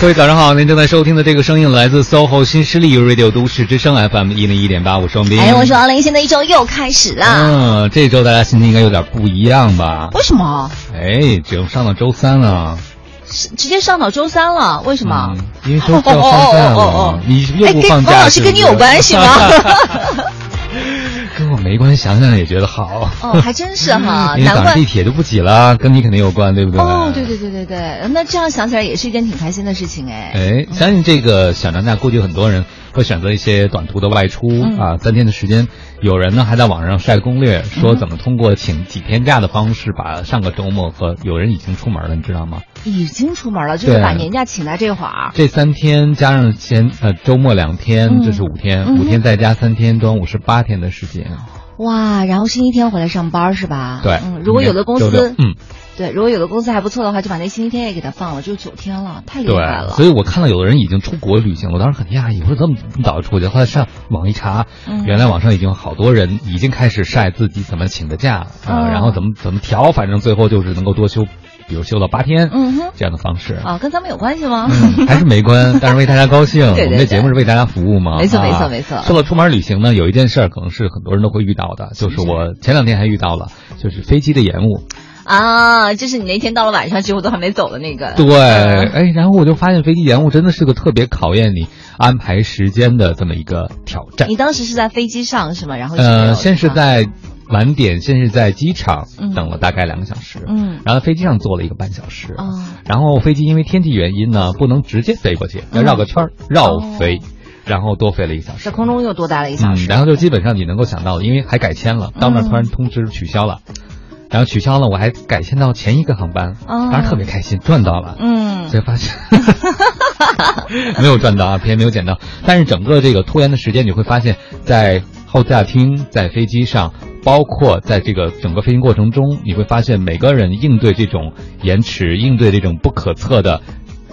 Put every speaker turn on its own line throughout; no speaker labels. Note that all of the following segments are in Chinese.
各位早上好，您正在收听的这个声音来自 SOHO 新势力 Radio 都市之声 FM 一零一点八，我是王斌。
哎，我是王林，新的一周又开始啦。
嗯，这周大家心情应该有点不一样吧？
为什么？
哎，只有上到周三了。
是直接上到周三了？为什么？
嗯因为周四要放假了，
哦哦哦哦哦
你又
哎，
不
跟
放
王
假，
老师跟你有关系吗？
是 不是？跟我没关系，想想也觉得好。
哦，还真是哈，
因为
难
早上
怪
地。铁都不挤了，跟你肯定有关，对不对？
哦，对对对对对，那这样想起来也是一件挺开心的事情哎。
哎，相信这个小长假，估计很多人会选择一些短途的外出、
嗯
啊，三天的时间。有人呢还在网上晒攻略，说怎么通过请几天假的方式，把上个周末和有人已经出门了，你知道吗？
已经出门了，就是
对
把年假请在这会儿。
这三天加上前呃周末两天，
嗯
这是五天，
嗯哼
五天再加三天，端午是八天的时间。
哇，然后星期天回来上班是吧？
对，
嗯，如果有的公
周六
司，
嗯，
对，如果有的公司还不错的话，就把那星期天也给它放了，就九天了，太厉
对
害，了
所。以我看到有的人已经出国旅行了，我当时很讶异，我说怎么这么早就出去？后来上网一查，
嗯
原来网上已经有好多人已经开始晒自己怎么请的假，呃，
哦
然后怎么怎么调，反正最后就是能够多休，比如休到八天，
嗯哼，
这样的方式。
啊，跟咱们有关系吗？
嗯，还是没关，但是为大家高兴。
对对
我们这
对
节目是为大家服务嘛？
没错
啊
没错没错
说到出门旅行呢，有一件事儿可能是很多人都会遇到的，就是我前两天还遇到了，就是飞机的延误。
啊，就是你那天到了晚上之后都还没走的那个。
对，
嗯
哎，然后我就发现飞机延误真的是个特别考验你安排时间的这么一个挑 战
你。当时是在飞机上是吗？然后就没有
呃，先是
吗
在晚点，先是在机场
嗯
等了大概两个小时，
嗯
然后飞机上坐了一个半小时，
啊
然后飞机因为天气原因呢，不能直接飞过去，要绕个圈儿
嗯
绕飞，然后多飞了一小时
在。空中又多待了哦一小
嗯，
时。嗯
然后就基本上你能够想到的，因为还改签了，到那儿突然通知取消了，然后取消了，我还改签到前一个航班，
哦
当时特别开心，赚到了。
嗯
才发现没有赚到啊，便宜没有捡到。但是整个这个拖延的时间，你会发现在候驾厅、在飞机上，包括在这个整个飞行过程中，你会发现每个人应对这种延迟、应对这种不可测的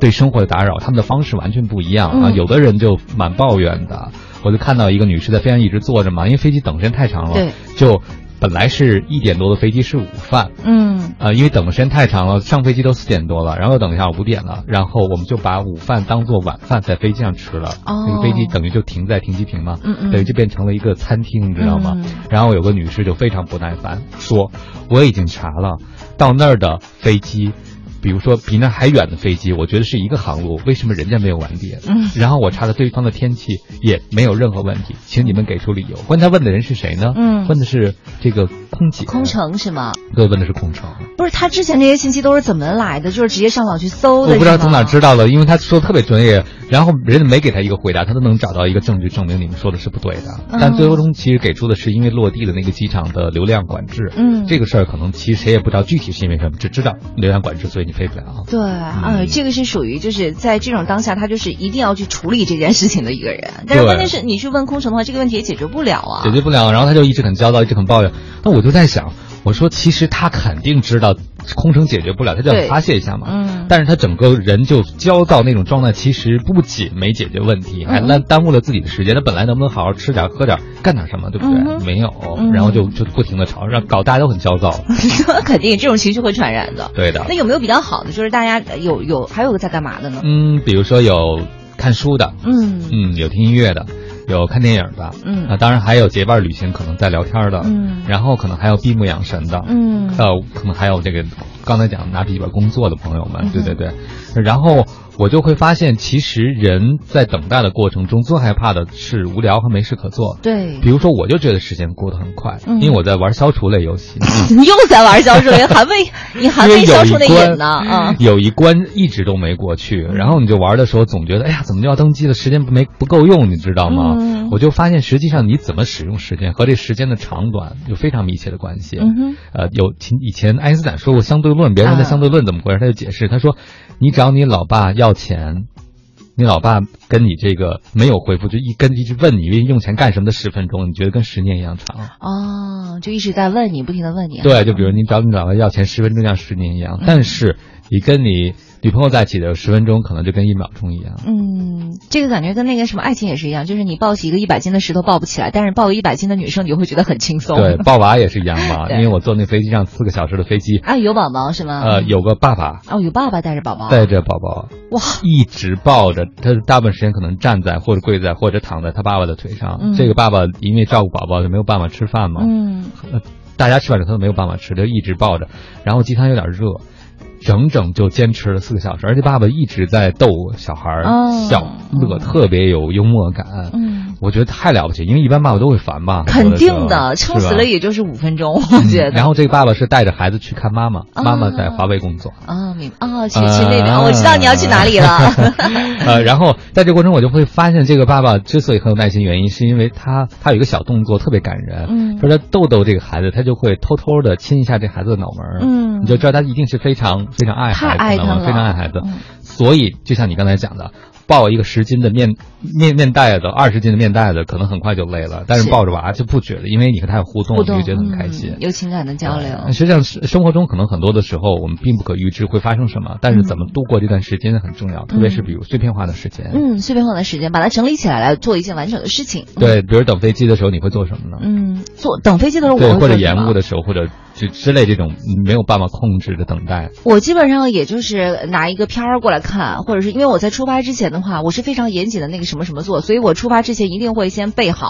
对生活的打扰，他们的方式完全不一样啊。
嗯
有的人就蛮抱怨的，我就看到一个女士在飞机上一直坐着嘛，因为飞机等时间太长了，
对，
就本来是一点多的飞机是午饭。
嗯
啊，因为等的时间太长了，上飞机都四点多了，然后又等一下五点了，然后我们就把午饭当做晚饭在飞机上吃了。
哦
那个飞机等于就停在停机坪嘛，
嗯嗯
等于就变成了一个餐厅，你知道吗？
嗯
然后有个女士就非常不耐烦，说我已经查了，到那儿的飞机。比如说比那还远的飞机，我觉得是一个航路，为什么人家没有晚点？
嗯
然后我查了对方的天气，也没有任何问题，请你们给出理由。关键他问的人是谁呢？
嗯
问的是这个空姐。
空，乘是吗？
对，问的是空乘。
不是，他之前这些信息都是怎么来的？就是直接上网去搜的。
我不知道
是吗
从哪知道的，因为他说的特别专业，然后人家没给他一个回答，他都能找到一个证据证明你们说的是不对的。
嗯
但最终其实给出的是因为落地的那个机场的流量管制，
嗯
这个事儿可能其实谁也不知道具体是因为什么，只知道流量管制，所以你啊飞不了。
对，
嗯
哎，这个是属于就是在这种当下，他就是一定要去处理这件事情的一个人。但
对
是关键是，你去问空乘的话，这个问题也解决不了啊。
解决不了，然后他就一直很焦躁，一直很抱怨。那我就在想，我说其实他肯定知道空乘解决不了，他就要
对
发泄一下嘛。
嗯
但是他整个人就焦躁那种状态，其实不仅没解决问题，还
嗯
耽耽误了自己的时间。他本来能不能好好吃点、喝点、干点什么，对不对？
嗯哼
没有，
嗯
然后就就不停的吵，让搞大家都很焦躁。
肯定这种情绪会传染的。
对的
那，有没有比较好的？就是大家呃有有还有个在干嘛的呢？
嗯，比如说有看书的，
嗯
嗯，有听音乐的，有看电影的，
嗯
啊，当然还有结伴旅行，可能在聊天的，
嗯
然后可能还有闭目养神的，
嗯
呃，可能还有这个刚才讲拿笔记本工作的朋友
嗯
们，
哼
对对对。然后我就会发现，其实人在等待的过程中，最害怕的是无聊和没事可做。
对
比，如说，我就觉得时间过得很快，
嗯
因为我在玩消除类游戏，
你又在玩消除类，还 未你 还
嗯因为
未消
有
除那
一
瘾
关
呢嗯啊！
有一关一直都没过去，然后你就玩的时候总觉得，哎呀，怎么就要登机了？时间没不够用，你知道吗？
嗯
我就发现，实际上你怎么使用时间和这时间的长短有非常密切的关系。
嗯哼
呃，有其以前爱因斯坦说过相对论，别人问他
啊
相对论怎么回事，他就解释，他说，你找你老爸要钱。你老爸跟你这个没有回复，就一跟一直问你用钱干什么的十分钟，你觉得跟十年一样长？
哦，就一直在问你，不停的问你。
对，就比如你找你老爸要钱十分钟像十年一样，但是你跟你女朋友在一起的十分钟，可能就跟一秒钟一样。
嗯，这个感觉跟那个什么爱情也是一样，就是你抱起一个一百斤的石头抱不起来，但是抱个一百斤的女生，你就会觉得很轻松。
对，抱娃也是一样嘛，因
对
为我坐那飞机上四个小时的飞机，
啊，有宝宝是吗？
呃，有个爸爸
哦，有爸爸带着宝宝。
带着宝宝
哇，
一直抱着，他大部分时间可能站在或者跪在或者躺在他爸爸的腿上。
嗯
这个爸爸因为照顾宝宝就没有办法吃饭嘛，
嗯，
呃大家吃完之后他都没有办法吃，就一直抱着。然后鸡汤有点热，整整就坚持了四个小时，而且爸爸一直在逗小孩儿
哦
笑、乐，
嗯
特别有幽默感。
嗯，
我觉得太了不起，因为一般爸爸都会烦吧，
肯定
的，
的，
是
撑死
吧
了也就是五分钟，我觉
嗯然
得。
后这个爸爸是带着孩子去看妈妈，
啊
妈妈在华为工作。
啊，明啊，去去那边，哦我知道你要去哪里了。
呃，然后在这过程中，我就会发现这个爸爸之所以很有耐心，原因是因为他他有一个小动作特别感人，
嗯
说他逗逗这个孩子，他就会偷偷的亲一下这孩子的脑门儿。
嗯
你就知道他一定是非常非常爱孩
太爱
子
他
的，
了
非常爱孩子
嗯，
所以就像你刚才讲的，抱一个十斤的面面面袋子，二十斤的面袋子，可能很快就累了，但是
是
抱着娃就不觉得，因为你和他有 互动，
互
你
动
就觉得很开心
嗯。有情感的交流。
对哎实际上，生生活中可能很多的时候，我们并不可预知会发生什么，但是怎么度过这段时间很重要，特别是比如碎片化的时间。
嗯，碎片化的时间，把它整理起来，来做一件完整的事情。
对，比如等飞机的时候，你会做什么呢？
嗯，坐等飞机的时候，
对，
我
或者
会
延误
的。
的时候，或者之之类这种没有办法控制的等待。
我基本上也就是拿一个片儿过来看，或者是因为我在出发之前的话，我是非常严谨的那个什么什么做，所以我出发之前一定会先备好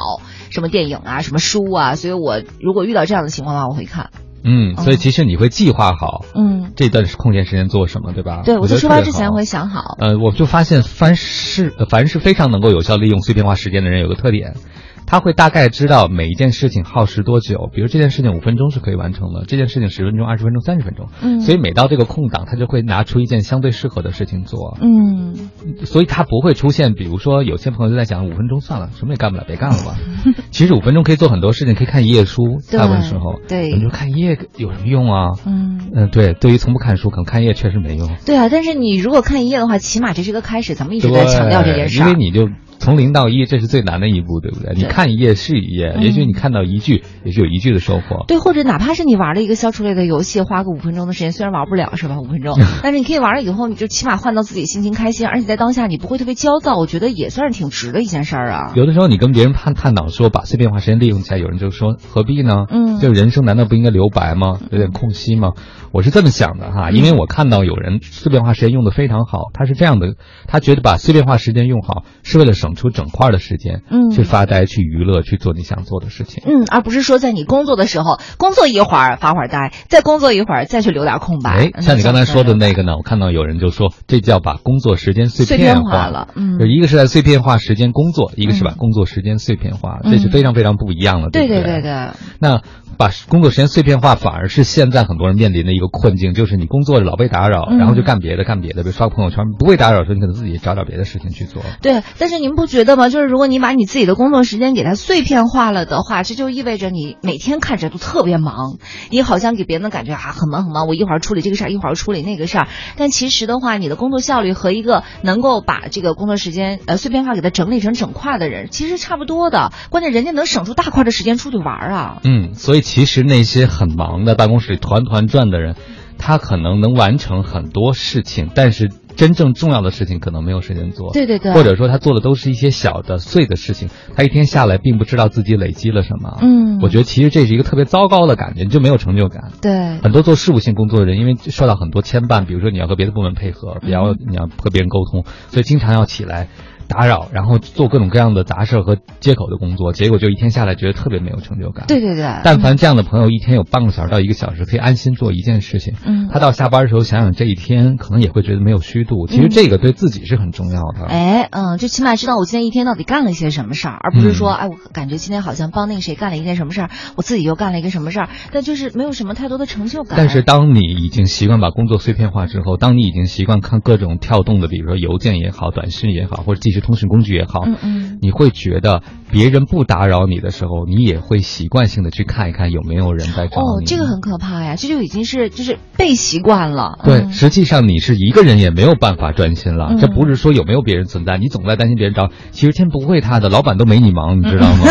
什么电影啊、什么书啊，所以我如果遇到这样的情况的话，我会看。
嗯，所以
哦
其实你会计划好
嗯，
这段空闲时间做什么，对吧？
对，
觉
我在
得
出
特
发
别
之前
好
会想好。
呃，我就发现凡是呃凡是非常能够有效利用碎片化时间的人，有个特点，他会大概知道每一件事情耗时多久。比如这件事情五分钟是可以完成的，这件事情十分钟、二十分钟、三十分钟。
嗯，
所以每到这个空档，他就会拿出一件相对适合的事情做，
嗯，
所以他不会出现，比如说有些朋友就在想五分钟算了，什么也干不了，别干了 吧。其实五分钟可以做很多事情，可以看一页书，
对
大部分时候，
对
你说看一页有什么用啊？
嗯。
嗯，对，对于从不看书，可能看一页确实没用。
对啊，但是你如果看一页的话，起码这是个开始。咱们一直在强调这件事
对
儿
因为。你就从零到一，这是最难的一步，对不对？你看一页是一页，
嗯
也许你看到一句，也是有一句的收获。
对，或者哪怕是你玩了一个消除类的游戏，花个五分钟的时间，虽然玩不了是吧？五 分钟，但是你可以玩了以后，你就起码换到自己心情开心，而且在当下你不会特别焦躁，我觉得也算是挺值的一件事儿啊。
有的时候你跟别人探探讨说把碎片化时间利用起来，有人就说何必呢？
嗯
就人生难道不应该留白吗？有点空隙吗？我是这么想的
嗯
哈，因为我看到有人碎片化时间用的非常好，他是这样的，他觉得把碎片化时间用好是为了省出整块的时间，
嗯
去发呆、去娱乐、去做你想做的事情。
嗯，而不是说在你工作的时候，工作一会儿发会儿呆，再工作一会儿再去留点空白嗯
哎。，像你刚才说的那个呢，我看到有人就说这叫把工作时间碎
碎
片
片化了，嗯
就，一个是在碎片化时间工作，一个是把
嗯
工作时间碎片化，这是
嗯
非常非常不一样的，
对
不
对对对，
那把工作时间碎片化，反而是现在很多人面临的一个困境，就是你工作老被打扰，
嗯
然后就干别的，干别的，比如刷朋友圈；不被打扰的时候，你可能自己找点别的事情去做。
对，但是您不觉得吗？就是如果你把你自己的工作时间给它碎片化了的话，这就意味着你每天看着都特别忙，你好像给别人的感觉啊很忙很忙，我一会儿处理这个事儿，一会儿处理那个事儿。但其实的话，你的工作效率和一个能够把这个工作时间呃碎片化给它整理成整块的人，其实差不多的。关键人家能省出大块的时间出去玩儿啊。
嗯，所以其实那些很忙的办公室里团团转的人，他可能能完成很多事情，但是真正重要的事情可能没有时间做。
对对对，
或者说他做的都是一些小的碎的事情，他一天下来并不知道自己累积了什么。
嗯，
我觉得其实这是一个特别糟糕的感觉，你就没有成就感。
对，
很多做事务性工作的人，因为受到很多牵绊，比如说你要和别的部门配
嗯
合，你要你要和别人沟通，所以经常要起来打扰，然后做各种各样的杂事儿和接口的工作，结果就一天下来觉得特别没有成就感。
对对对，
但凡这样的朋友，一天有半个小时到一个小时可以安心做一件事情，
嗯。
他到下班的时候想想这一天，可能也会觉得没有虚度。其实这个对自己是很重要的。
嗯哎，嗯，就起码知道我今天一天到底干了一些什么事儿，而不是说，
嗯
哎，我感觉今天好像帮那个谁干了一件什么事儿，我自己又干了一个什么事儿，但就是没有什么太多的成就感。
但是，当你已经习惯把工作碎片化之后，当你已经习惯看各种跳动的，比如说邮件也好、短信也好，或者即时是通讯工具也好，
嗯嗯，
你会觉得别人不打扰你的时候，你也会习惯性的去看一看有没有人在找
哦
你。，
这个很可怕呀，这就已经是就是被习惯了。
对，
嗯
实际上你是一个人也没有办法专心了。
嗯
这不是说有没有别人存在，你总在担心别人找，其实天不会他的，老板都没你忙，你知道 吗？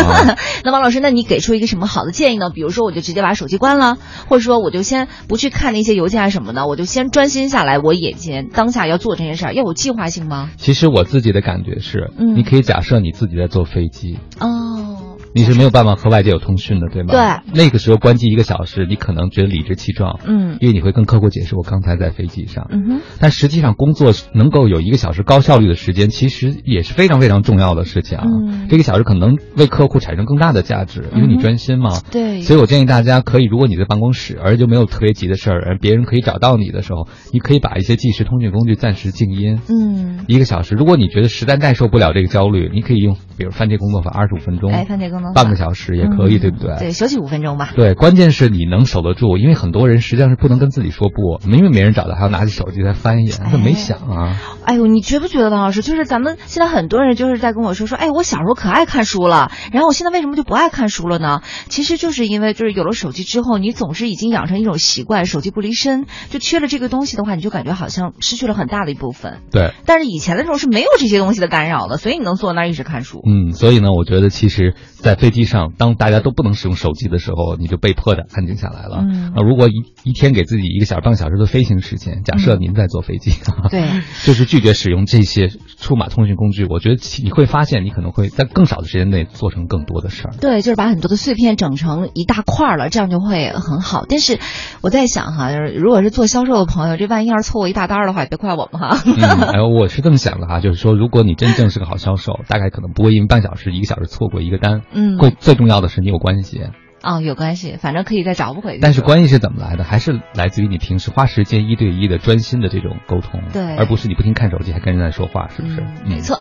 那王老师，那你给出一个什么好的建议呢？比如说，我就直接把手机关了，或者说我就先不去看那些邮件啊什么的，我就先专心下来，我眼前当下要做这件事儿，要有计划性吗？
其实我自己的感觉是，
嗯
你可以假设你自己在坐飞机，
哦，
你是没有办法和外界有通讯的，对吗？
对。
那个时候关机一个小时，你可能觉得理直气壮，
嗯
因为你会跟客户解释我刚才在飞机上。
嗯哼，
但实际上，工作能够有一个小时高效率的时间，其实也是非常非常重要的事情啊。
嗯
这个小时可能为客户产生更大的价值，因为
嗯
你
哼
专心嘛。
对，
所以我建议大家可以，如果你在办公室，而就没有特别急的事儿，而别人可以找到你的时候，你可以把一些即时通讯工具暂时静音。
嗯，
一个小时，如果你觉得实在耐受不了这个焦虑，你可以用，比如番茄工作法二十五分钟，
哎，番茄功能法
半个小时也可以，
嗯
对不对？
对，休息五分钟吧。
对，关键是你能守得住，因为很多人实际上是不能跟自己说不，因为没人找到，还要拿起手机在翻一眼，那没想啊。
哎呦，你觉不觉得王老师？就是咱们现在很多人就是在跟我说说，哎，我小时候可爱看书了，然后我现在为什么就不爱看书了呢？其实就是因为就是有了手机之后，你总是已经养成一种习惯，手机不离身，就缺了这个东西的话，你就感觉好像失去了很大的一部分。
对，
但是以前的时候是没有这些东西的干扰的，所以你能坐那儿一直看书。
嗯，所以呢，我觉得其实，在飞机上，当大家都不能使用手机的时候，你就被迫的安静下来了。啊
嗯
那如果一一天给自己一个小时、半个小时的飞行时间，假设
嗯
您在坐飞机，
对，
就是拒绝使用这些数码通讯工具，我觉得其你会发现，你可能会在更少的时间内做成更多的事儿。
对，就是把很多的碎片整成一大块儿了，这样就会很好。但是我在想哈，就是如果是做销售的朋友，这万一要是凑我一大单儿的话，也别怪我们哈。
嗯，哎，我是这么想的哈，就是说，如果你真正是个好销售，大概可能不会因为半小时、一个小时错过一个单。
嗯
会最重要的是你有关系，
啊、有关系，反正可以再找不回去。
但是关系是怎么来的？还是来自于你平时花时间一对一的专心的这种沟通，
对
而不是你不停看手机还跟人在说话，是不是？
嗯，没错。